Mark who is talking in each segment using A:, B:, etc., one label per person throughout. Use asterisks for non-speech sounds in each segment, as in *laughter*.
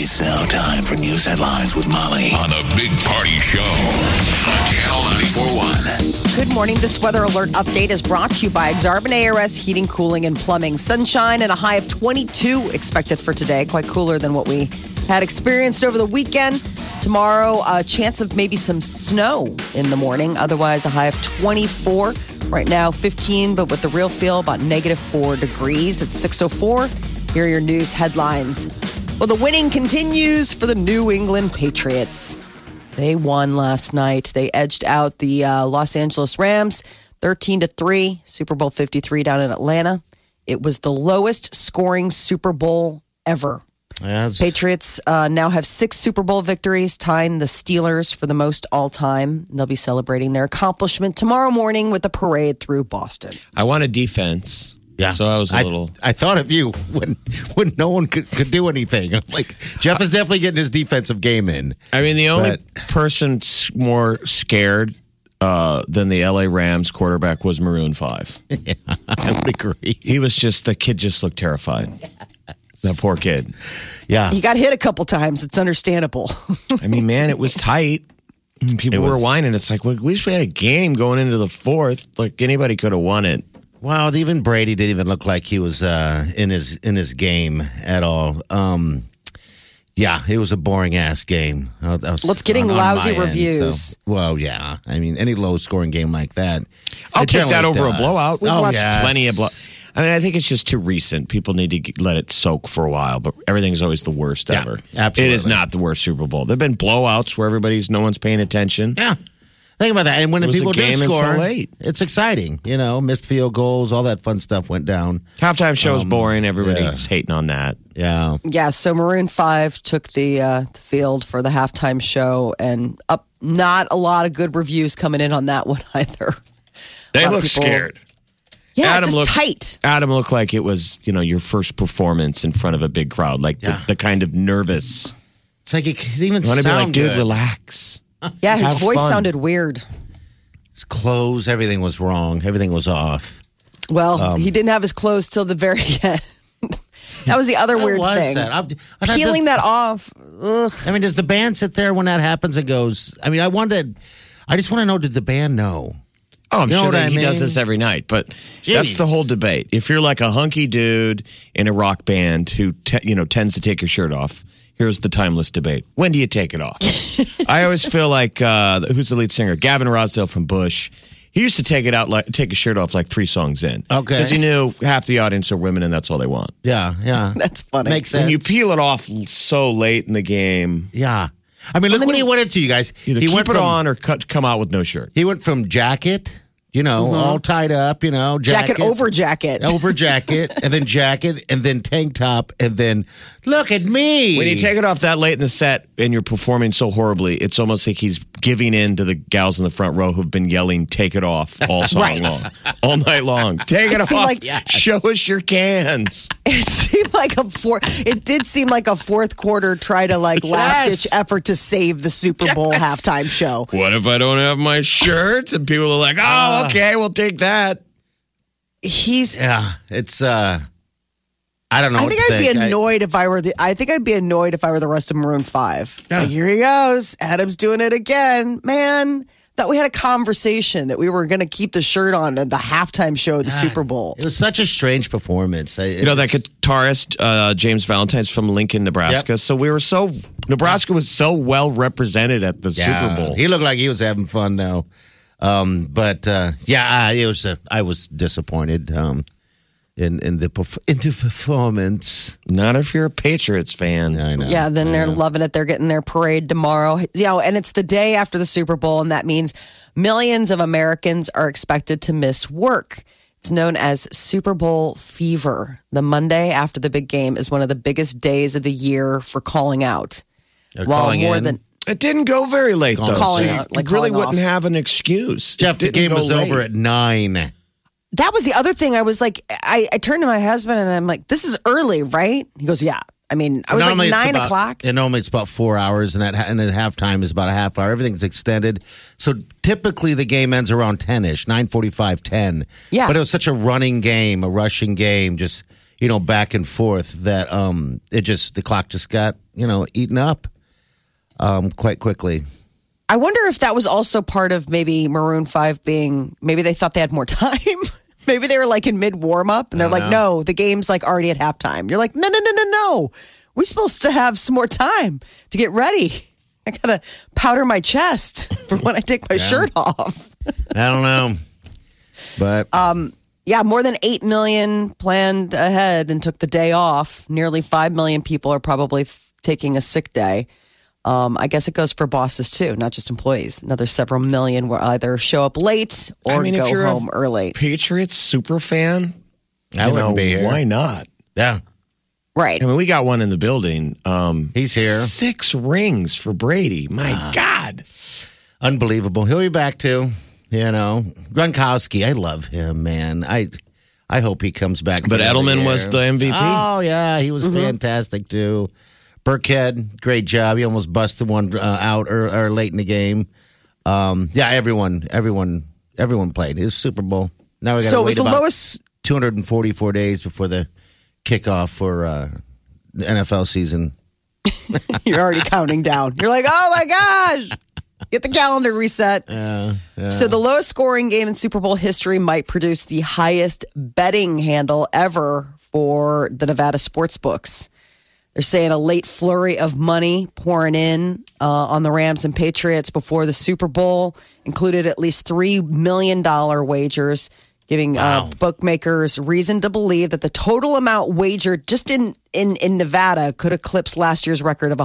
A: It's now time for news headlines with Molly on the Big Party Show on Channel 941.
B: Good morning. This weather alert update is brought to you by Exarban ARS Heating, Cooling, and Plumbing. Sunshine and a high of 22 expected for today. Quite cooler than what we had experienced over the weekend. Tomorrow, a chance of maybe some snow in the morning. Otherwise, a high of 24. Right now, 15, but with the real feel about negative 4 degrees. It's 6.04. Here are your news headlines. Well, the winning continues for the New England Patriots. They won last night. They edged out the uh, Los Angeles Rams 13 to 3, Super Bowl 53 down in Atlanta. It was the lowest scoring Super Bowl ever.
C: That's
B: Patriots uh, now have six Super Bowl victories, tying the Steelers for the most all time. They'll be celebrating their accomplishment tomorrow morning with a parade through Boston.
D: I want a defense.
C: yeah.
D: So I was a little.
C: I thought of you *laughs* when when no one could, could do anything. I'm like Jeff is definitely getting his defensive game in. *laughs*
D: I mean, the only person s- more scared uh, than the LA Rams quarterback was Maroon Five.
C: I would agree.
D: He was just the kid. Just looked terrified. That poor kid.
C: Yeah.
B: He got hit a couple times. It's understandable. *laughs*
D: I mean, man, it was tight. And People
C: It
D: were
C: was-
D: whining. It's like, well, at least we had a game going into the fourth. Like anybody could have won it.
C: Wow, even Brady didn't even look like he was uh, in his in his game at all. Um, yeah, it was a boring ass game. I- I was-
B: Well, it's getting
C: on- on
B: lousy
C: my
B: reviews.
C: so- well, yeah, I mean, any low scoring game like that,
D: I'll
C: it
D: take that
C: generally
D: over a
C: does.
D: blowout. We've
C: Oh,
D: watched
C: yes.
D: plenty of blow. I mean, I think it's just too recent. People need to get- let it soak for a while. But everything's always the worst
C: Yeah,
D: ever.
C: absolutely.
D: it is not the worst Super Bowl. There've been blowouts where everybody's no one's paying attention.
C: Yeah. Think about that. And when
D: It was
C: people
D: a
C: do
D: game until
C: score,
D: late.
C: it's exciting. You know, missed field goals, all that fun stuff went down.
D: Halftime show
C: Um,
D: is boring. Everybody's hating on that.
C: Yeah.
B: Yeah, so Maroon 5 took the, uh, the field for the halftime show, and up, not a lot of good reviews coming in on that *laughs* one either.
D: They
B: lot of
D: look
B: people-
D: scared.
B: Yeah,
D: Adam
B: just
D: looked-
B: tight.
D: Adam looked like it was you know your first performance in front of a big crowd, like
C: Yeah.
D: the, the kind of nervous.
C: It's like it didn't even
D: I want
C: sound
D: to be like, dude,
C: good.
D: relax.
B: Yeah, his
D: Have
B: voice
D: fun.
B: sounded weird.
C: His clothes, everything was wrong. Everything was off.
B: Well,
D: Um,
B: he didn't have his clothes till the very *laughs* end. that was the other
C: What
B: weird
C: was
B: thing.
C: that? I, I thought
B: Peeling
C: this-
B: that off. Ugh.
C: I mean, does the band sit there when that happens and goes? I mean, I wanted. I just want to know: Did the band know?
D: Oh, I'm
C: You know
D: sure
C: what
D: that
C: I
D: he does
C: mean?
D: this every night, but that's
C: Jeez.
D: the whole debate. If you're like a hunky dude in a rock band who te- you know tends to take your shirt off, here's the timeless debate: When do you take
C: *laughs*
D: it off? I always feel like uh, who's the lead singer? Gavin Rosdale from Bush. He used to take it out like take his shirt off like three songs in,
C: Okay.
D: because he knew half the audience are women and that's all they want.
C: Yeah, *laughs* yeah,
B: That's funny.
C: makes sense.
D: When you peel it off so late in the game,
C: yeah, I mean, look what he went into, you guys.
D: either
C: he
D: keep it
C: went from,
D: on or cut, come out with no shirt.
C: He went from jacket, you know, all tied up, you know,
B: jacket,
C: Mm-hmm. jacket,
B: over jacket. *laughs*
C: over jacket, and then jacket, and then tank top, and then look at me.
D: When you take it off that late in the set and you're performing so horribly, it's almost like he's giving in to the gals in the front row who've been yelling, take it off
C: *laughs*
D: all song
B: Right.
D: long, all night long. Take it
B: It
D: off.
B: seemed like-
D: Show us your cans.
B: It seemed like a four. It did seem like a fourth quarter try to like last
C: Yes.
B: ditch effort to save the Super Bowl halftime show.
D: What if I don't have my shirt? And people are like,
C: Ah.
D: oh, okay, we'll take that.
B: He's
C: yeah, it's uh, I don't know.
B: I
C: what
B: think
C: to
B: I'd be
C: think. I-
B: annoyed if I were the. I think I'd be annoyed if I were the rest of Maroon Five. Like, here he goes. Adam's doing it again, man. Thought we had a conversation that we were going to keep the shirt on at the halftime show of the Super Bowl.
C: It was such a strange performance. I,
D: You know, that guitarist, uh, James Valentine's from Lincoln, Nebraska.
C: Yep.
D: So we were so, Nebraska was so well represented at the Super Bowl.
C: He looked like he was having fun though. Um, but uh, yeah, I, it was. A, I was disappointed um, in in the perf- in the performance.
D: Not if you're a Patriots fan.
C: I know.
B: Yeah, then they're loving it. They're getting their parade tomorrow. You know, and it's the day after the Super Bowl, and that means millions of Americans are expected to miss work. It's It's known as Super Bowl fever. The Monday after the big game is one of the biggest days of the year for calling out.
C: They're
B: While
C: calling
B: more
C: in.
B: than
D: It didn't go very late though.
B: Calling
D: so you
B: out, like
D: really
B: calling
D: wouldn't
B: off.
D: have an excuse. It
C: Jeff, the
D: didn't
C: game
D: go
C: was
D: late.
C: over at nine.
B: that was the other thing. I was like, I, I turned to my husband and I'm like, this is early, right? He goes, yeah. I mean, I was
C: Normally
B: like
C: it's
B: nine
C: about-
B: o'clock.
C: And normally it's about four hours, and at and at halftime is about a half hour. Everything's extended, so typically the game ends around ten ish, 9:45, 10.
B: Yeah.
C: but it was such a running game, a rushing game, just you know back and forth that um it just the clock just got you know eaten up um quite quickly.
B: I wonder if that was also part of maybe Maroon 5 being, maybe they thought they had more *laughs* time. maybe they were like in mid warm up and they're like, no, the game's like already at halftime. You're like, no, no, no, no, no. We're supposed to have some more time to get ready. *laughs* I gotta powder my chest for when I take my shirt off.
C: I don't know, but
D: Uh,
B: Um, Yeah, more than 8 million planned ahead and took the day off. Nearly 5 million people are probably f- taking a sick day. Um, I guess it goes for bosses too, not just employees. Another several million will either show up late or
D: I mean,
B: go
D: if you're a-
B: home early.
D: Patriots super fan.
C: I
D: you
C: wouldn't
D: know,
C: be here.
D: Why not?
C: Yeah,
B: Right.
D: I mean, we got one in the building. Um,
C: He's here.
D: Six rings for Brady. My God.
C: unbelievable. He'll be back too. You know, Gronkowski. I love him, man. I I hope he comes back.
D: But
C: the end of
D: Edelman was
C: year.
D: the MVP.
C: Oh yeah, he was
B: Mm-hmm.
C: fantastic too. Burkhead, great job. He almost busted one uh, out or, or late in the game. Um, yeah, everyone, everyone, everyone played. It was Super Bowl. Now we got
B: So it was
C: wait
B: the
C: about
B: lowest. *laughs*
C: 244 days before the kickoff for uh, the NFL season.
B: You're already counting down. You're like, oh my gosh, get the calendar reset. So the lowest scoring game in Super Bowl history might produce the highest betting handle ever for the Nevada sports books. They're saying a late flurry of money pouring in uh, on the Rams and Patriots before the Super Bowl included at least three million dollar wagers, giving uh, bookmakers reason to believe that the total amount wagered just in in in Nevada could eclipse last year's record of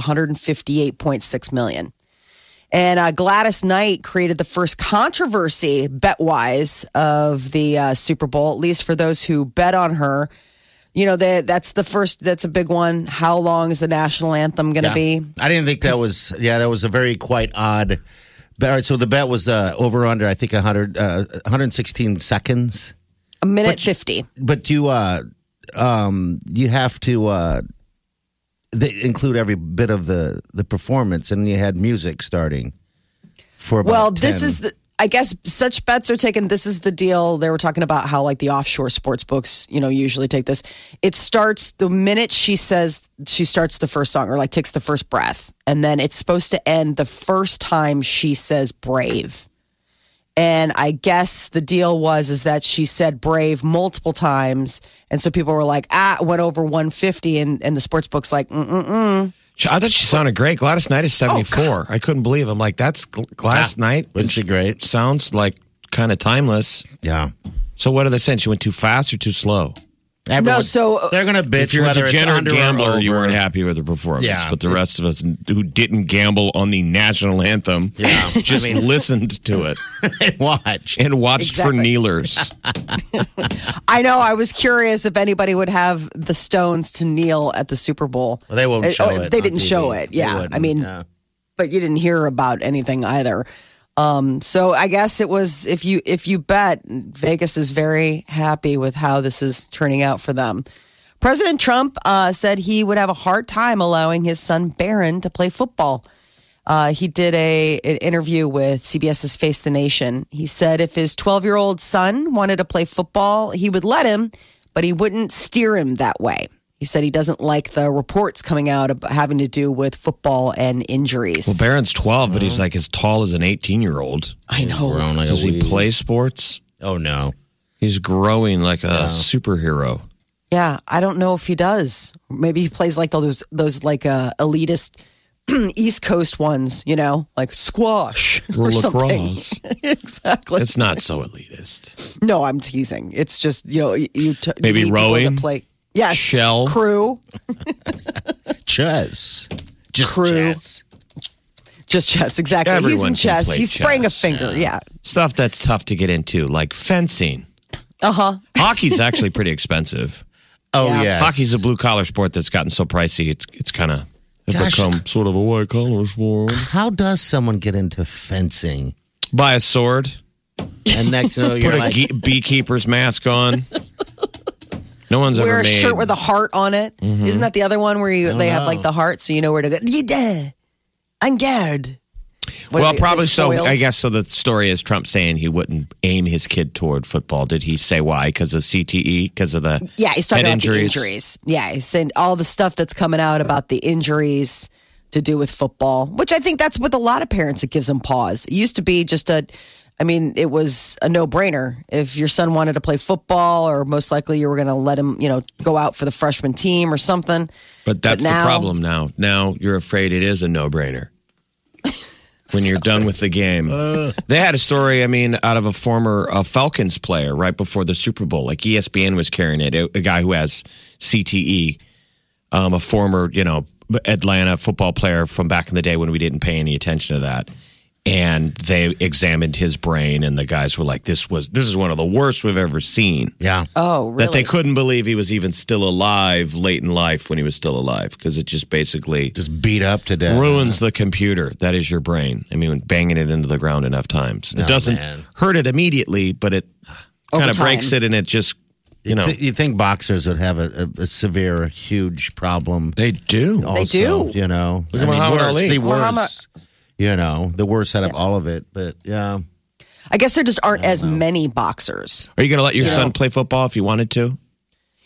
B: 158.6 million. And uh, Gladys Knight created the first controversy bet-wise of the uh, Super Bowl, at least for those who bet on her. You know, that that's the first, that's a big one. How long is the national anthem going to
C: Yeah.
B: be?
C: I didn't think that was. Yeah, that was a very quite odd. But, all right, so the bet was uh, over under. I think 100, uh, 116 seconds.
B: A minute 50.
C: but you uh um you have to uh they include every bit of the the performance and you had music starting for about
B: Well, this
C: 10.
B: is the. I guess such bets are taken. This is the deal. They were talking about how, like, the offshore sports books, you know, usually take this. It starts the minute she says she starts the first song or, like, takes the first breath. And then it's supposed to end the first time she says brave. And I guess the deal was is that she said brave multiple times. And so people were like, ah, it went over 150. And, and the sports book's like, mm-mm.
D: She- I thought she sounded great. Gladys Knight is 74. I couldn't believe. it. I'm like, that's Gl-
B: Ah,
D: Gladys Knight.
C: Wasn't she
D: It's-
C: great?
D: Sounds like kind of timeless.
C: yeah
D: So what are they saying? She went too fast or too slow?
C: Everyone-
B: so- uh,
C: they're gonna bitch
D: If you're a
C: whether it's
D: degenerate
C: under or
D: gambler, you
C: over.
D: weren't happy with her performance.
C: Yeah.
D: But the rest of us who didn't gamble on the national anthem
C: Yeah.
D: *laughs* just listened to
C: *laughs*
D: it
C: watch
D: and watched for
B: Exactly.
C: *laughs*
D: kneelers.
B: I know. I was curious if anybody would have the Stones to kneel at the Super Bowl.
C: well, they won't
B: Uh,
C: show
B: oh,
C: it
B: They
C: on
B: didn't
C: TV.
B: show it.
C: They
B: Yeah,
C: wouldn't,
B: I mean,
C: yeah.
B: but you didn't hear about anything either. Um, so I guess it was if you if you bet, Vegas is very happy with how this is turning out for them. President Trump uh, said he would have a hard time allowing his son Barron to play football. Uh, he did a an interview with CBS's Face the Nation. He said if his 12 year old son wanted to play football, he would let him, but he wouldn't steer him that way. He said he doesn't like the reports coming out about having to do with football and injuries.
D: Well, Barron's 12, but he's like as tall as an 18 year old.
C: Oh
B: I know.
C: Grown like a
D: Does he
C: wheeze.
D: play sports?
C: oh no
D: He's growing like a superhero.
B: Yeah, I don't know if he does. Maybe he plays like those those like uh, elitist *clears throat* East Coast ones, you know, like squash or,
D: Or
B: something. *laughs*
D: lacrosse.
B: exactly.
D: it's not so elitist.
B: No, I'm teasing. It's just you know you, you t- you
D: Maybe
B: need people
D: rowing?
B: to play. Yes,
D: Shell?
B: crew,
C: chess just
B: Crew.
C: chess.
B: just chess. Exactly. He's
D: Everyone
B: in
D: can
B: chess.
D: play
B: He sprang a
D: chess.
B: finger. Yeah.
D: Stuff that's tough to get into, like fencing.
B: Uh
C: Uh-huh.
B: huh.
C: *laughs*
D: Hockey's actually pretty expensive.
C: Oh
B: Yeah.
C: yeah,
D: Hockey's a blue collar sport that's gotten so pricey. It's it's kind of it
C: Gosh.
D: become sort of a white collar sport.
C: How does someone get into fencing?
D: Buy a sword,
C: And next,
D: *laughs*
C: you know,
D: put
C: you're
D: a
B: *laughs*
C: like,
D: ge- beekeeper's mask on. No one's
B: Wear
D: ever
B: a
D: made.
B: shirt with a heart on it.
D: Mm-hmm.
B: not that the other one where you they have like the heart so you know where to go? Yeah, I'm Gerd. What
D: well,
B: are they-
D: probably
B: the
D: so. I
B: soils?
D: guess so. The story is Trump saying he wouldn't aim his kid toward football. Did he say why? Because of CTE? Because of the
B: Yeah, he's talking
D: head
B: about
D: injuries?
B: the injuries. Yeah, he's saying all the stuff that's coming out about the injuries to do with football, which I think that's with a lot of parents. It gives them pause. It used to be just a, I mean, it was a no brainer. If your son wanted to play football, or most likely you were going to let him, you know, go out for the freshman team or something.
D: But that's
B: now-
D: the problem now. Now you're afraid it is a no brainer when you're done with the game. they had a story, I mean, out of a former uh, Falcons player right before the Super Bowl. Like E ESPN was carrying it, a, a guy who has CTE, um, a former, you know, Atlanta football player from back in the day when we didn't pay any attention to that. And they examined his brain, and the guys were like, "This was this is one of the worst we've ever seen."
C: yeah.
B: Oh, really?
D: that they couldn't believe he was even still alive late in life when he was still alive because it just basically
C: Just beat up to death.
D: ruins the computer that is your brain i mean banging it into the ground enough times it doesn't
C: man.
D: hurt it immediately but it
B: Over
D: kind of
B: time.
D: breaks it and it just you know
C: Th- You think boxers would have a, a, a severe, huge problem?
D: they do
C: They
B: do.
C: You know,
D: Look at Muhammad
C: worse,
D: Ali.
C: The
B: Muhammad-
C: worst. You know, the worst out of all of it. But yeah,
B: I guess there just aren't as many boxers.
D: are you going to let your son play football if you wanted to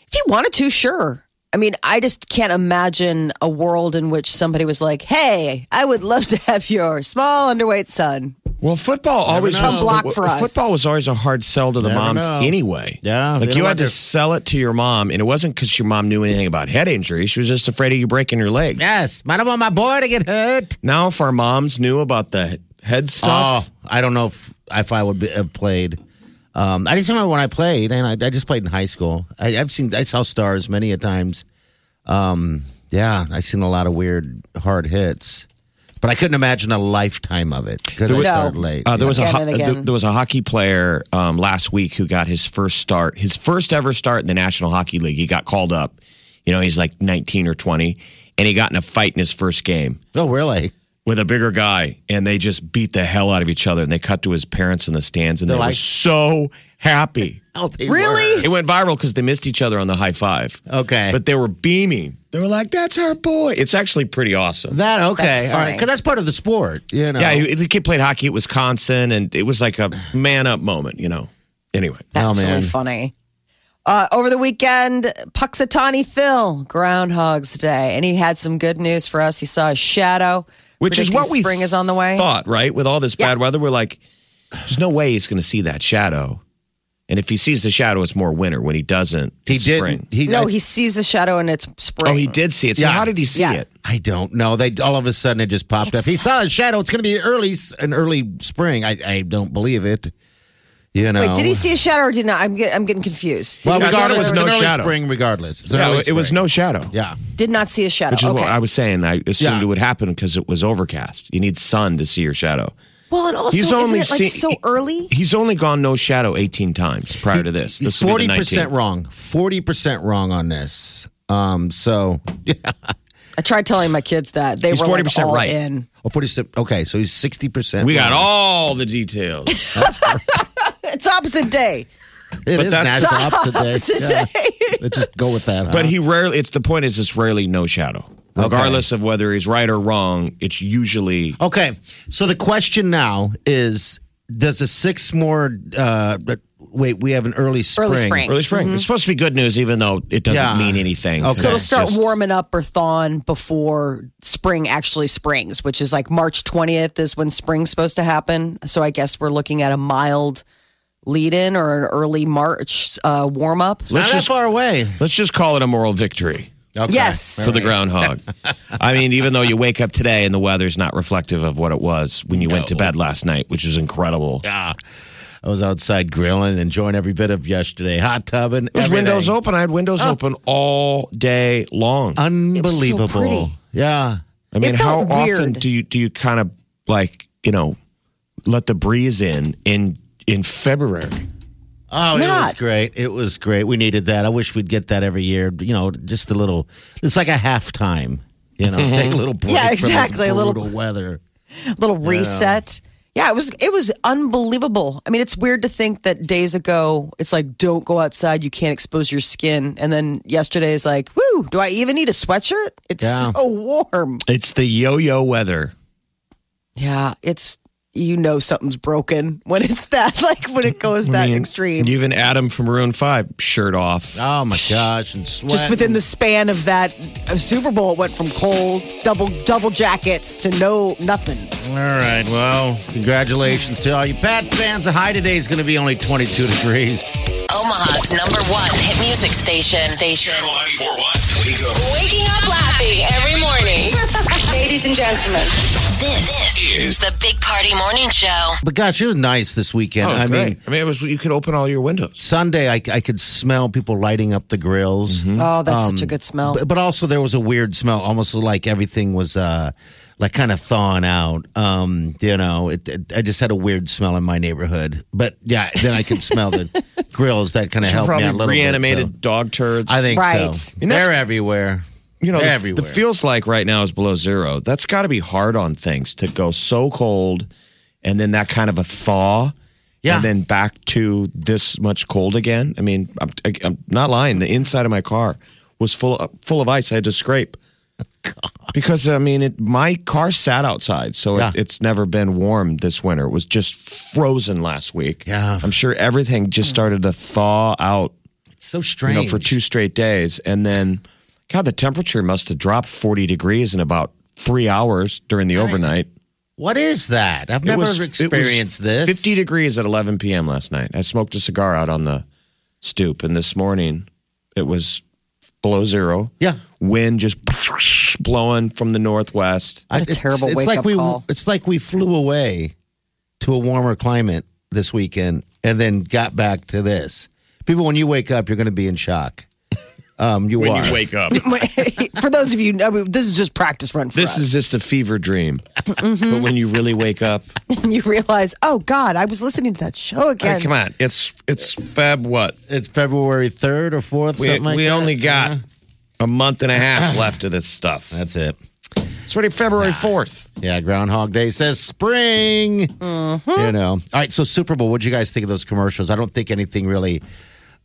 B: If you wanted to, sure. I mean, I just can't imagine a world in which somebody was like, "Hey, I would love to have your small underweight son."
D: well football always
C: know.
D: was
B: A block for us.
D: football was always a hard sell to the
C: Never
D: moms
C: know.
D: anyway
C: Yeah,
D: like
C: they
D: you
C: don't
D: had
C: want
D: to
C: their-
D: sell it to your mom and it wasn't because your mom knew anything about head injury she was just afraid of you breaking your leg
C: yes, I don't want my boy to get hurt.
D: Now, if our moms knew about the head
C: Oh,
D: stuff,
C: I don't know if if I would be, have played. Um, I just remember when I played, and I, I just played in high school. I, I've seen, I saw stars many a times. Um, yeah, I've seen a lot of weird hard hits, but I couldn't imagine a lifetime of it because I
B: was-
C: started
B: No.
C: late.
D: uh, there was a
B: Again
D: ho-
B: and again.
D: there, there was a hockey player um, last week who got his first start, his first ever start in the National Hockey League. He got called up. You know, he's like 19 or 20, and he got in a fight in his first game
C: oh, really?
D: with a bigger guy, and they just beat the hell out of each other. And they cut to his parents in the stands, and
C: They're
D: they were
C: like-
D: so happy.
C: *laughs* Oh, they
B: Really?
D: It went viral because they missed each other on the high five.
C: Okay.
D: But they were beaming. They were like, "That's our boy." It's actually pretty awesome.
C: That okay?
B: That's
C: All right,
B: funny.
C: because that's part of the sport. You know.
D: Yeah, he, the kid played hockey at Wisconsin, and it was like a man up moment, you know. Anyway,
B: That's
C: Oh,
B: really
C: man.
B: funny. Uh, over the weekend, Puxatani Phil, Groundhog's Day, and he had some good news for us. He saw a shadow,
D: which is
B: predicting
D: what we
B: spring is on the way.
D: Thought right with all this
B: Yeah.
D: bad weather, we're like, there's no way he's going to see that shadow. And if he sees the shadow, it's more winter. When he doesn't,
C: He
D: it's
C: didn't.
D: spring.
C: He,
B: No,
C: I,
B: he sees a shadow and it's spring.
D: Oh, he did see it. So
C: Yeah.
D: how did he see
B: Yeah.
D: it?
C: I don't know. They all of a sudden it just popped up. He saw a shadow. It's going to be early, an early spring. I, I don't believe it. You know.
B: Wait, did he see a shadow or did not? I'm, get, I'm getting confused.
C: Well,
B: Did he
D: I thought
C: regardless,
B: see
D: it
B: a shadow?
C: it's an
D: was no
C: early
D: shadow.
C: spring. Regardless, It's an
D: Yeah,
C: early
D: it was
C: spring.
D: no shadow.
C: Yeah.
B: Did not see a shadow.
D: Which is
B: okay.
D: what I was saying. I assumed
C: Yeah.
D: it would happen because it was overcast. You need sun to see your shadow.
B: well, and also,
D: He's
B: isn't
D: only
B: it like
D: seen-
B: so early?
D: He's only gone no shadow 18 times prior to this.
C: He's
D: This will
C: forty
D: be the
C: percent
D: 19th.
C: wrong. Forty percent wrong on this. Um. So yeah.
B: I tried telling my kids that. They
D: He's
B: were
D: 40%
B: like all
D: right.
B: in.
C: Oh, 47 Okay. So he's sixty percent.
D: We got all the details.
B: It's opposite day.
C: It
D: But
C: is
D: that's-
C: natural
D: *laughs*
C: opposite day.
B: *laughs* Opposite
C: Yeah.
B: day.
C: Let's just go with that.
D: But
C: huh?
D: he
B: Uh-huh.
D: rarely. It's the point is it's rarely no shadow, regardless of whether he's right or wrong. It's usually
C: Okay. So the question now is does the six more, uh, wait, we have an early spring.
B: Early spring.
D: early spring. It's supposed to be good news, even though it doesn't
C: Yeah.
D: mean anything.
C: Okay.
B: So it'll
C: It's
B: start
D: Just-
B: warming up or thawing before spring actually springs, which is like March 20th is when spring's supposed to happen. So I guess we're looking at a mild lead in or an early March uh, warm up.
C: Not
D: Let's
C: that
D: just
C: far away.
D: let's just call it a moral victory
C: Okay.
B: Yes.
D: for the groundhog. I mean, even though you wake up today and the weather's not reflective of what it was when you went to bed last night, which is incredible.
C: Yeah. I was outside grilling, enjoying every bit of yesterday. Hot tubbing.
D: It was
C: everything.
D: windows open. I had windows
B: Oh.
D: open all day long.
C: Unbelievable.
B: pretty.
C: yeah.
D: I mean,
B: Uh, It
D: how
B: felt
D: often
B: weird.
D: do you do you kind of like you know let the breeze in in in February?
C: Oh, it was
B: Not.
C: great. It was great. We needed that. I wish we'd get that every year. You know, just a little. It's like a halftime. You know,
B: *laughs*
C: take a little break.
B: Yeah,
C: from this
B: exactly, a little-
C: brutal weather.
B: little reset. Yeah, it was it was unbelievable. I mean, it's weird to think that days ago it's like don't go outside, you can't expose your skin, and then yesterday is like, woo, do I even need a sweatshirt? It's
C: Yeah.
B: so warm.
D: It's the yo-yo weather.
B: Yeah, it's you know something's broken when it's that *laughs* like when it goes that
D: I mean,
B: extreme.
D: Even Adam from Maroon Five, shirt off.
C: Oh my gosh, and sweat.
B: just within the span of that of Super Bowl, it went from cold double double jackets to no nothing.
C: All right. Well, congratulations to all you Pat fans. The high today is going to be only 22 degrees.
E: Omaha's number one hit music station. Station.
A: Wake up.
F: Waking up laughing every morning. *laughs* Ladies and gentlemen,
E: This, is the Big Party Morning Show.
C: But gosh, it was nice this weekend.
D: Oh,
C: I
D: great.
C: mean,
D: I mean, it was you could open all your windows.
C: Sunday I, I could smell people lighting up the grills.
B: Oh, that's
D: Um,
B: such a good smell.
C: But, but also there was a weird smell, almost like everything was uh, like kind of thawing out. Um, you know, it, it, I just had a weird smell in my neighborhood. But yeah, then I could smell
D: *laughs*
C: the grills. That kind of helped me
D: Probably
C: out a little
D: reanimated
C: Bit, so.
D: dog turds.
C: I think
B: Right.
C: so.
D: And that's-
C: They're everywhere.
D: you know
C: They're
D: the, the
C: everywhere.
D: feels like right now is below zero. That's got to be hard on things to go so cold, and then that kind of a thaw.
C: Yeah.
D: And then back to this much cold again. I mean, I'm, I'm not lying. The inside of my car was full full of ice. I had
C: *laughs*
D: to scrape because I mean, it, my car sat outside, so
C: Yeah.
D: it, it's never been warm this winter. It was just frozen last week.
C: Yeah.
D: I'm sure everything just started to thaw out
C: It's so
D: you
C: strange.
D: know, for two straight days. And then, God, the temperature must have dropped 40 degrees in about three hours during the overnight.
C: What is that? I've never experienced this.
D: 50 degrees at 11 p.m. last night. I smoked a cigar out on the stoop. And this morning, it was below zero.
C: Yeah.
D: Wind just blowing from the northwest.
C: I-
B: What a terrible
C: it's like
B: wake-up
C: we,
B: call.
C: It's like we flew away to a warmer climate this weekend and then got back to this. People, when you wake up, you're going to be in
B: *laughs*
C: shock. Um, you are.
D: wake up.
B: for those of you, I mean, this is just practice run for
D: *laughs* This
B: us.
D: is just a fever dream.
C: Mm-hmm.
D: But when you really wake up,
B: and *laughs* you realize, oh God, I was listening to that show again.
D: hey, come on. It's it's Feb what?
C: It's February 3rd or 4th,
D: We,
C: something like
D: we
C: that. Uh-huh.
D: only got
C: Yeah.
D: a month and a half *laughs* left of this stuff.
C: That's it.
D: It's already February 4th.
C: Yeah, Groundhog Day says spring.
B: Mm-hmm.
C: You know. All right, so Super Bowl, what do you guys think of those commercials? I don't think anything really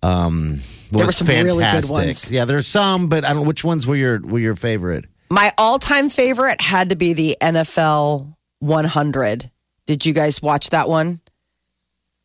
C: um, was
B: There were some
C: fantastic.
B: really good ones.
C: Yeah, there's some, but I don't. Which ones were your were your favorite?
B: My all-time favorite had to be the NFL 100. Did you guys watch that one?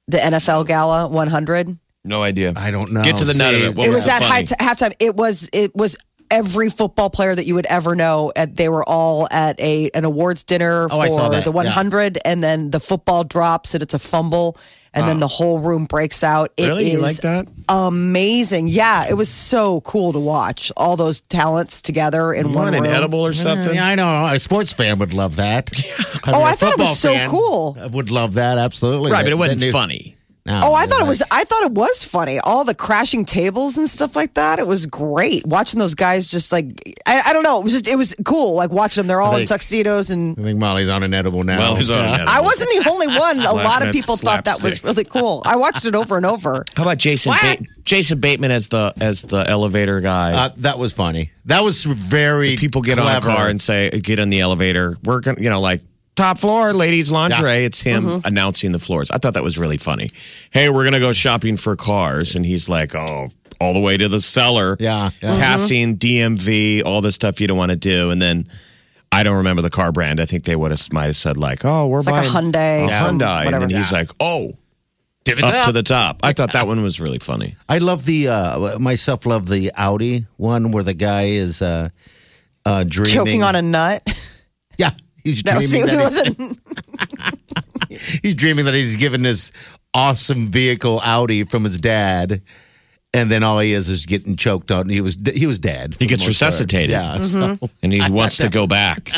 B: The NFL Gala 100.
D: No idea.
C: I don't know.
D: Get to the nut of
C: See,
D: it. What
B: it
D: was
B: was
D: so
B: at high
D: funny?
B: t- halftime. It was it was every football player that you would ever know. At, they were all at a an awards dinner
C: Oh,
B: for
C: I saw that,
B: the
C: yeah.
B: 100, and then the football drops and it's a fumble, and then the whole room breaks out. It
D: Really?
B: is
D: You like that?
B: Amazing. Yeah, it was so cool to watch all those talents together in
D: You
B: one
D: want an
B: room.
D: edible or something?
C: Uh, Yeah, I know. A sports fan would love
D: *laughs*
C: that. I mean,
B: Oh,
C: a
B: I thought it was
C: football
B: so
C: fan
B: cool.
C: Would love that absolutely.
D: Right, but
C: That-
D: it wasn't
C: that new-
D: funny.
C: No,
B: Oh, I thought it was. I thought it was funny. All the crashing tables and stuff like that. It was great watching those guys. Just like I, I don't know. It was just. It was cool. Like watching them. They're all in
C: Like-
B: tuxedos, and
C: I think Molly's on an edible now.
D: Well, he's on an edible.
B: I wasn't the only one. A lot of
D: at
B: people thought that was
D: slapstick.
B: really cool. I watched it over and over.
D: How about Jason? Ba- Jason Bateman as the as the elevator guy.
C: Uh, that was funny. That was very
D: People get on a
C: clever.
D: car and say, "Get in the elevator." We're gonna, you know, like top floor, ladies' lingerie. It's him
C: Mm-hmm.
D: announcing the floors. I thought that was really funny. Hey, we're gonna go shopping for cars, and he's like, "Oh." All the way to the cellar,
C: Yeah, yeah. Mm-hmm.
D: passing DMV, all this stuff you don't want to do, and then I don't remember the car brand. I think they would have might have said like, "Oh, we're
B: It's like
D: buying
B: a Hyundai,
D: a Hyundai," and
B: whatever.
D: then he's like, "Oh,
C: Give it
D: up to the top. I thought that one was really funny.
C: I love the uh, myself love the Audi one where the guy is uh, uh, dreaming
B: Choking on a nut. *laughs*
C: yeah he's
B: That
C: dreaming
B: was,
C: that
B: it
C: he's,
D: *laughs*
B: wasn't.
C: he's dreaming that he's given this awesome vehicle Audi from his dad and then all he is is getting choked on he was he was dead
D: He gets resuscitated
C: yeah so-
D: and he wants to go back.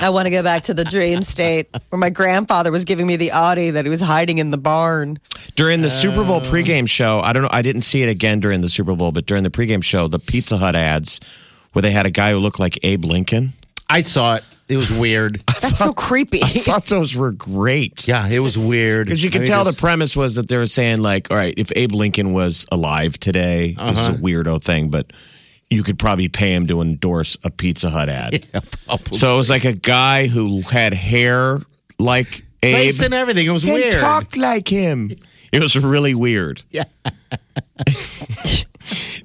B: I want to go back to the dream state where my grandfather was giving me the Audi that he was hiding in the barn.
D: During the Super
C: Oh.
D: Bowl pregame show, I don't know, I didn't see it again during the Super Bowl, but during the pregame show, the Pizza Hut ads where they had a guy who looked like Abe Lincoln.
C: I saw it It was *laughs* weird.
B: That's so creepy. *laughs*
C: *laughs*
D: thought those were great.
C: yeah, it was weird.
D: Because you
C: I
D: can
C: mean,
D: tell the
C: it's-
D: premise was that they were saying, like, all right, if Abe Lincoln was alive today, this
C: Uh-huh.
D: is a weirdo thing, but you could probably pay him to endorse a Pizza
C: *laughs*
D: Hut ad.
C: probably.
D: so it was like a guy who had hair like Abe
C: face and everything. It was
D: and
C: weird.
D: talked like him. It was really weird.
C: Yeah.
D: *laughs*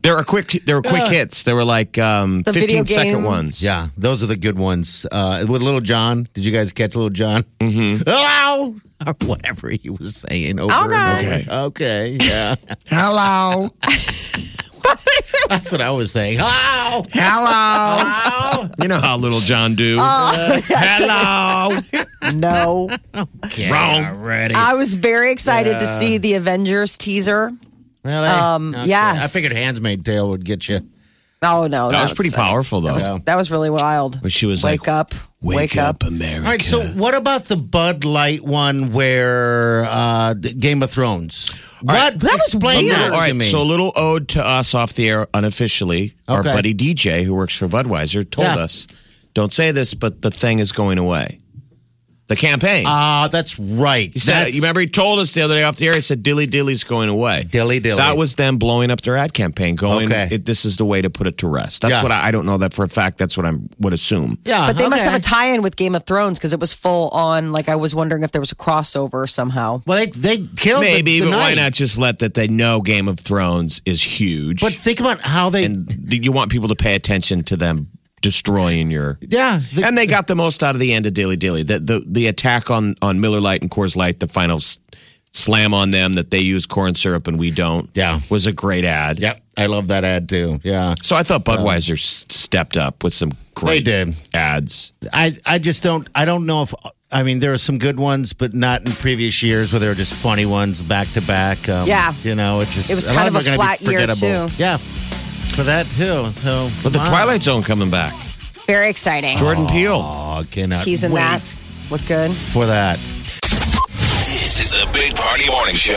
D: there were quick. There were quick hits. There were like um,
B: Uh, The video
D: 15 second
B: game.
D: ones.
C: Yeah, those are the good ones. Uh, with Little John, did you guys catch Little John? Mm-hmm. *laughs* Hello, or whatever he was saying over and over.
D: Okay.
C: Okay, yeah,
D: Hello.
C: *laughs* that's what I was saying. Hello,
D: Hello.
C: hello.
D: *laughs* you know how little John do.
B: Oh, *laughs*
D: Hello.
B: no.
C: Okay,
D: Wrong.
C: already.
B: I was very excited to see the Avengers teaser.
C: Really?
B: um,
C: Okay.
B: yes.
C: I figured Handsmaid's Tale would get you.
B: Oh no,
D: That was pretty
B: exciting.
D: powerful though.
B: That was really wild.
D: But she was
B: wake
D: like,
B: up, wake, up.
D: America.
C: All right, so what about the Bud Light one where uh, the Game of Thrones? what?
B: That was
C: Explain
B: weird.
C: that
D: All
C: to
D: right,
C: me.
D: so a little ode to us off the air unofficially. Our
C: Okay.
D: buddy DJ, who works for Budweiser, told
C: Yeah.
D: us, "Don't say this, but the thing is going away." The campaign.
C: Ah, that's right.
D: He said, you remember he told us the other day off the air, he said Dilly Dilly's going away.
C: Dilly Dilly.
D: That was them blowing up their ad campaign, going,
C: Okay.
D: it, this is the way to put it to rest. That's
C: Yeah.
D: what I, I don't know that for a fact. That's what I am would assume.
C: Yeah,
B: But they must have
C: okay.
B: a tie-in with Game of Thrones because it was full on. Like I was wondering if there was a crossover somehow.
C: Well, they they killed the-
D: Maybe,
C: the
D: but why
C: knight.
D: not just let that they know Game of Thrones is huge?
C: But think about how they.
D: and you want people to pay attention to them destroying your.
C: yeah, the-
D: and they got the most out of the end of Dilly Dilly. The, the the attack on on Miller Lite and Coors Light, the final s- slam on them that they use corn syrup and we don't.
C: Yeah.
D: was a great ad.
C: Yep, I love that ad too. Yeah,
D: So I thought Budweiser s stepped up with some great
C: They Uh, did.
D: ads.
C: I I just don't I don't know if I mean there are some good ones, but not in previous years where there were just funny ones back to back. Um,
B: Yeah.
C: you know, it just
B: It was
C: lot
B: kind of a
C: them are gonna be
B: flat year,
C: forgettable.
B: too.
C: Yeah, for that too. So,
D: But the
C: wow.
D: Twilight Zone coming back.
B: Very exciting.
D: Jordan Peele.
C: Aw, cannot
B: Teasing
C: wait
B: that. Look good.
C: for that.
A: This is the Big Party Morning Show.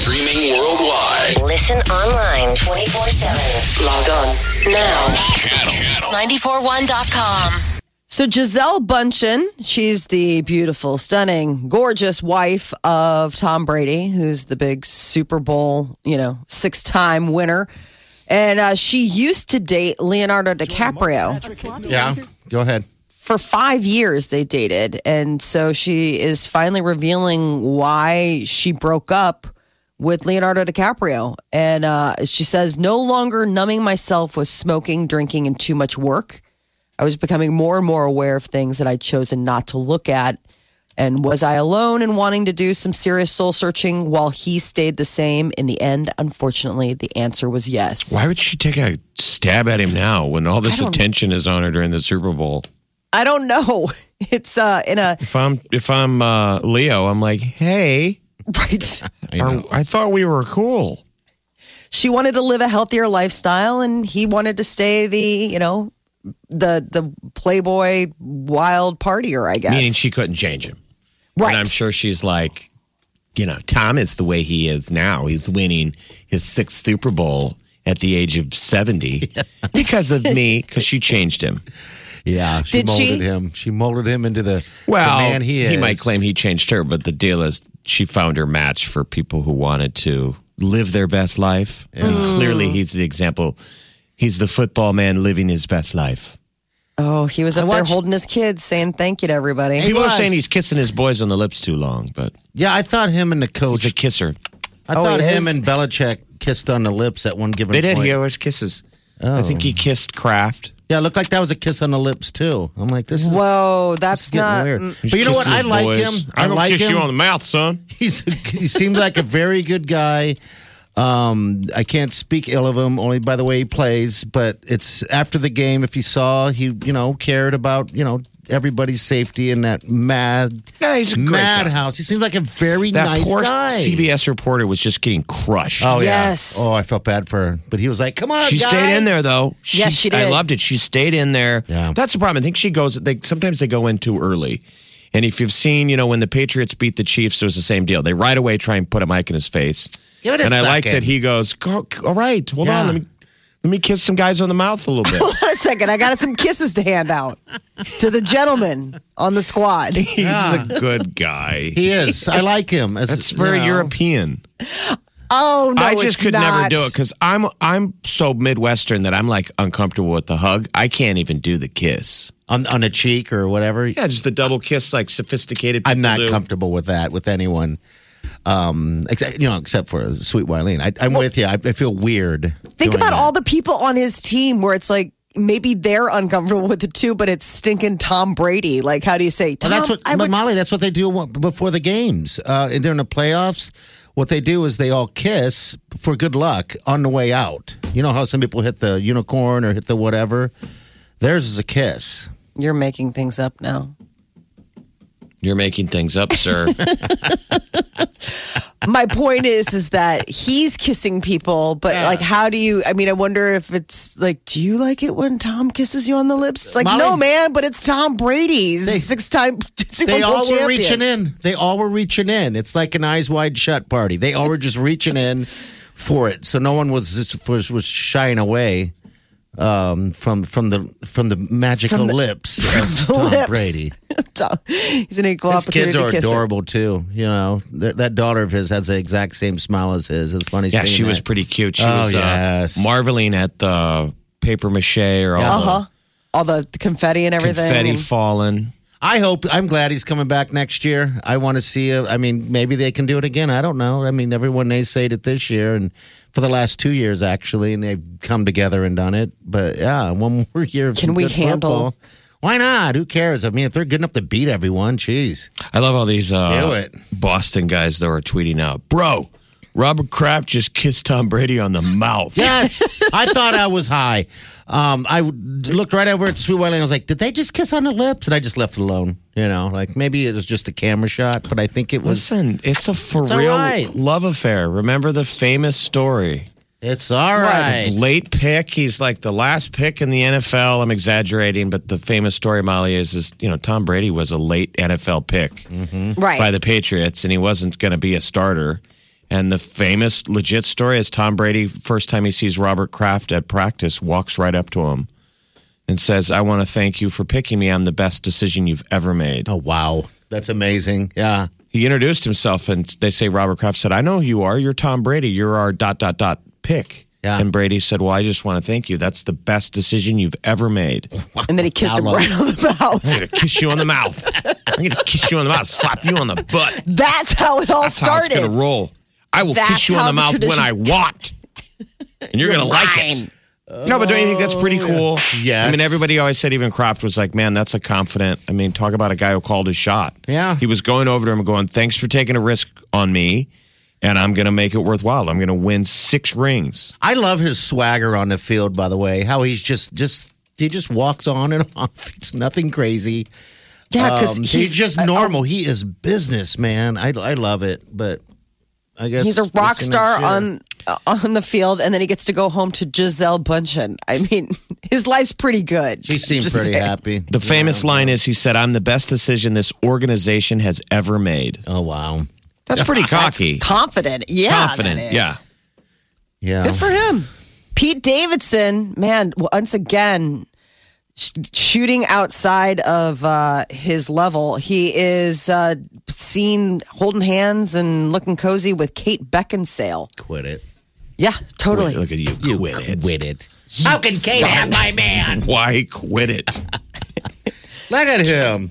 A: Streaming worldwide.
F: Listen online 24 7. Log on now.
A: Channel. Channel.
E: 941.com.
B: So Giselle Bundchen, she's the beautiful, stunning, gorgeous wife of Tom Brady, who's the big Super Bowl, you know, six-time winner. And uh, she used to date Leonardo DiCaprio.
C: Yeah, go ahead.
B: For five years, they dated. And so she is finally revealing why she broke up with Leonardo DiCaprio. And uh, she says, No longer numbing myself with smoking, drinking, and too much work. I was becoming more and more aware of things that I'd chosen not to look at. And was I alone in wanting to do some serious soul searching while he stayed the same? In the end, unfortunately, the answer was yes.
D: Why would she take a stab at him now when all this
B: I don't-
D: attention is on her during the Super Bowl?
B: I don't know. *laughs* It's uh, in a *laughs*
D: If I'm if I'm uh, Leo, I'm like, hey,
B: right.
D: are- I thought we were cool.
B: She wanted to live a healthier lifestyle, and he wanted to stay the you know the the playboy wild partier. I guess.
D: Meaning she couldn't change him.
B: right.
D: And I'm sure she's like, you know, Tom is the way he is now. He's winning his sixth Super Bowl at the age
C: *laughs*
D: of 70 because of me, because she changed him.
C: Yeah, she
B: Did
C: molded
B: she?
C: him. She molded him into the, the
D: Well,
C: man he is.
D: might claim he changed her, but the deal is she found her match for people who wanted to live their best life. And clearly, he's the example. He's the football man living his best life.
B: oh, he was up
C: I
B: there
C: watched-
B: holding his kids, saying thank you to everybody.
C: He
D: People
C: was.
D: are saying he's kissing his boys on the lips too long, but
C: Yeah, I thought him and the coach.
D: he's a kisser.
C: I
B: Oh,
C: thought
B: he is?
C: him and Belichick kissed on the lips at one given.
D: They did.
C: point. Oh.
D: He always kisses. I think he kissed Kraft.
C: Yeah, it looked like that was a kiss on the lips too. I'm like, this is
B: Whoa,
C: It's
B: that's
C: getting
B: not.
C: weird.
D: Mm.
C: But you know what? I like him. I like him.
D: the mouth, son.
C: He's he seems like a very good guy. Um, I can't speak ill of him only by the way he plays, but it's after the game. If you saw, he you know cared about you know everybody's safety in that mad
D: Yeah, he's a great guy.
C: madhouse. He seems like a very
D: That
C: nice
D: poor
C: guy.
D: CBS reporter was just getting crushed.
C: Oh
B: Yes.
C: yeah. Oh, I felt bad for her, but he was like, "Come on,
D: She
C: guys.
D: stayed in there though. She,
B: Yes, she
D: I
B: did.
D: loved it. She stayed in there.
C: Yeah.
D: That's the problem. I think she goes. They sometimes they go in too early. And if you've seen, you know, when the Patriots beat the Chiefs, it was the same deal. They right away try and put a mic in his face.
C: Give it a
D: and I like
C: second.
D: that he goes, "Go- "All right, hold
C: Yeah.
D: on, let me Let me kiss some guys on the mouth
C: *laughs*
D: a little bit. *laughs*
B: Hold on *laughs* a second. I got some kisses to hand out to the gentleman on the squad.
D: He's a good guy.
C: He is. I like him. As,
D: That's very
C: you know.
D: European.
B: Oh no,
D: I just
B: it's
D: could never
B: not.
D: do it because I'm I'm so Midwestern that I'm like uncomfortable with the hug. I can't even do the kiss.
C: on on a cheek or whatever.
D: Yeah, just the double kiss, like sophisticated.
C: I'm
D: people
C: not
D: do.
C: comfortable with that with anyone. Um, except you know, except for Sweet Wileen. I, I'm with you. I, I feel weird.
B: Think
C: doing
B: about
C: that.
B: all the people on his team where it's like maybe they're uncomfortable with it too, but it's stinking Tom Brady. Like, how do you say? Tom,
C: Well, that's what,
B: I
C: but
B: would-
C: Molly. That's what they do before the games uh, and during the playoffs. What they do is they all kiss for good luck on the way out. You know how some people hit the unicorn or hit the whatever. Theirs is a kiss.
B: you're making things up now.
D: You're making things *laughs* up, sir.
B: My point is, is that he's kissing people, but like, how do you? I mean, I wonder if it's like, do you like it when Tom kisses you on the lips? It's like,
C: Molly-
B: no, man, but it's Tom Brady's
C: They-
B: six-time *laughs* Super
C: They
B: Bowl
C: all
B: champion.
C: were reaching in. They all were reaching in. It's like an eyes wide shut party. They all were just reaching in for it. So no one was was, was shying away um, from from the from the magical lips
B: *laughs*
C: of
B: the
C: Tom
B: lips.
C: Brady.
B: *laughs* Tom- he's an equal
C: His
B: opportunity
C: kids are
B: to kiss him.
C: adorable too. You know Th- that daughter of his has the exact same smile as his. It's funny.
D: yeah,
C: seeing
D: she was
C: that.
D: pretty cute. She
C: Oh,
D: was
C: yes.
D: uh, marveling at the paper mache or all
B: Uh-huh. All the confetti and
D: the
B: everything.
D: confetti falling.
C: I hope. I'm glad he's coming back next year. I want to see. A, I mean, maybe they can do it again. I don't know. I mean, everyone they say it this year and for the last two years actually, and they've come together and done it. But yeah, one more year. Of
B: Can
C: some
B: we
C: good
B: handle-
C: Football. Why not? Who cares? I mean, if they're good enough to beat everyone, jeez.
D: I love all these
C: Do
D: uh,
C: it.
D: Boston guys that are tweeting out, bro. Robert Kraft just kissed Tom Brady on the
B: *laughs*
D: mouth.
C: Yes, I thought I was high. Um, I w- looked right over at Sweet Wiley and I was like, "Did they just kiss on the lips?" And I just left it alone. You know, like maybe it was just a camera shot, but I think it was.
D: Listen, it's a for
C: It's all
D: real
C: right.
D: love affair. Remember the famous story?
C: It's all right.
D: Late pick. He's like the last pick in the NFL. I'm exaggerating, but the famous story, Molly, is is you know Tom Brady was a late NFL pick
B: Right.
D: by the Patriots, and he wasn't going to be a starter. And the famous legit story is Tom Brady. First time he sees Robert Kraft at practice, walks right up to him and says, "I want to thank you for picking me. I'm the best decision you've ever made."
C: Oh wow, that's amazing. Yeah,
D: he introduced himself and they say Robert Kraft said, I know who you are. You're Tom Brady. You're our dot dot dot pick.
C: Yeah.
D: And Brady said, Well, I just want to thank you. That's the best decision you've ever made.
B: and then he kissed him
C: I love
B: right *laughs* on the mouth.
D: I'm gonna kiss you on the mouth. I'm gonna kiss you on the mouth, slap you on the butt.
B: That's how it all
D: That's
B: started.
D: how it's gonna roll. I will
B: That's
D: kiss you on
B: how
D: the mouth
B: the
D: when I
B: tradition-
D: want. And you're, gonna like it. No, but don't you think that's pretty
B: Oh,
D: cool?
C: Yes.
D: I mean, everybody always said even Croft was like, man, that's a confident. I mean, talk about a guy who called his shot.
C: Yeah.
D: He was going over to him and going, thanks for taking a risk on me, and I'm going to make it worthwhile. I'm going to win six rings.
C: I love his swagger on the field. By the way, how he's just just he just walks on and *laughs* off. It's nothing crazy.
B: yeah, because
C: Um, he's,
B: he's,
C: just
B: a- a-
C: normal. he is business man. I I love it, but I guess
B: he's a
C: we'll
B: rock
C: see next
B: star
C: year.
B: on on the field, and then he gets to go home to Giselle Bundchen. I mean, *laughs* his life's pretty good. *laughs*
C: She seemed
B: Just
C: pretty
B: saying.
C: happy.
D: The famous line is he said, I'm the best decision this organization has ever made.
C: Oh wow.
B: *laughs*
D: That's pretty cocky.
B: Confident, yeah, that
D: Confident,
B: is.
D: yeah.
C: Yeah.
B: Good for him. Pete Davidson, man, once again, sh- shooting outside of uh, his level. He is uh, seen holding hands and looking cozy with Kate Beckinsale.
C: Quit it.
B: Yeah, totally.
D: Look at you. quit it.
C: Quit it. How can Kate have my man?
D: *laughs* Why quit it?
C: Look at him.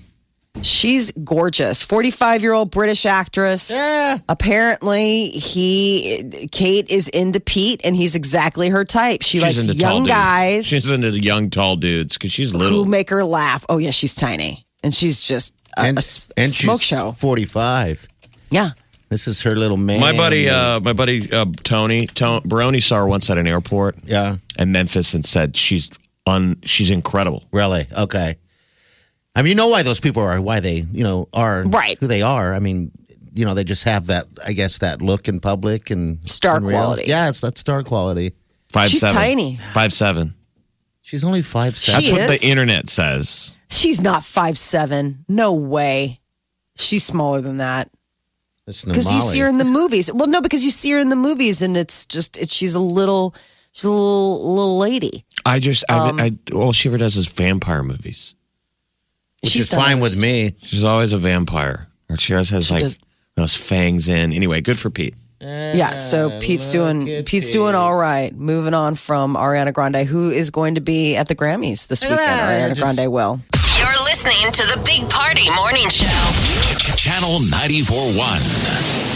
B: She's gorgeous. 45 year old British actress.
C: Yeah.
B: Apparently, he, Kate is into Pete and he's exactly her type. She
D: She's into
B: likes
D: tall
B: young
D: dudes.
B: guys
D: She's into the young, tall dudes because she's
B: who
D: little.
B: make her laugh. Oh, yeah, she's tiny and she's just a, a s- smoke
C: she's
B: show.
C: 45.
B: Yeah.
C: This is her little man.
D: My buddy, uh, my buddy uh, Tony, Tony Baroni saw her once at an airport
C: Yeah.
D: in Memphis and said she's un, she's incredible.
C: Really? Okay. I mean, you know why those people are why they you know are
B: Right.
C: who they are. I mean, you know, they just have that I guess that look in public and
B: Star
C: in real-
B: quality.
C: Yeah, it's that star quality.
D: Five
B: She's
D: seven.
B: tiny.
D: Five seven.
C: She's only five seven.
D: That's
B: She
D: what
B: is?
D: the internet says.
B: She's not five seven. No way. She's smaller than that.
C: That's
B: Because you see her in the movies. Well, no, because you see her in the movies and it's just, it, she's a little She's a little, little lady.
D: I just,
B: Um,
D: I've, I, all she ever does is vampire movies.
C: Which
B: She's
C: is
B: done
C: fine
B: it.
C: with me.
D: She's always a vampire. Or she always has like
B: does-
D: those fangs in. Anyway, good for Pete.
B: Yeah, so Pete's doing Pete's doing all right. Moving on from Ariana Grande, who is going to be at the Grammys this weekend. Ariana Grande will.
E: You're listening to the Big Party Morning Show.
A: Channel 94.1.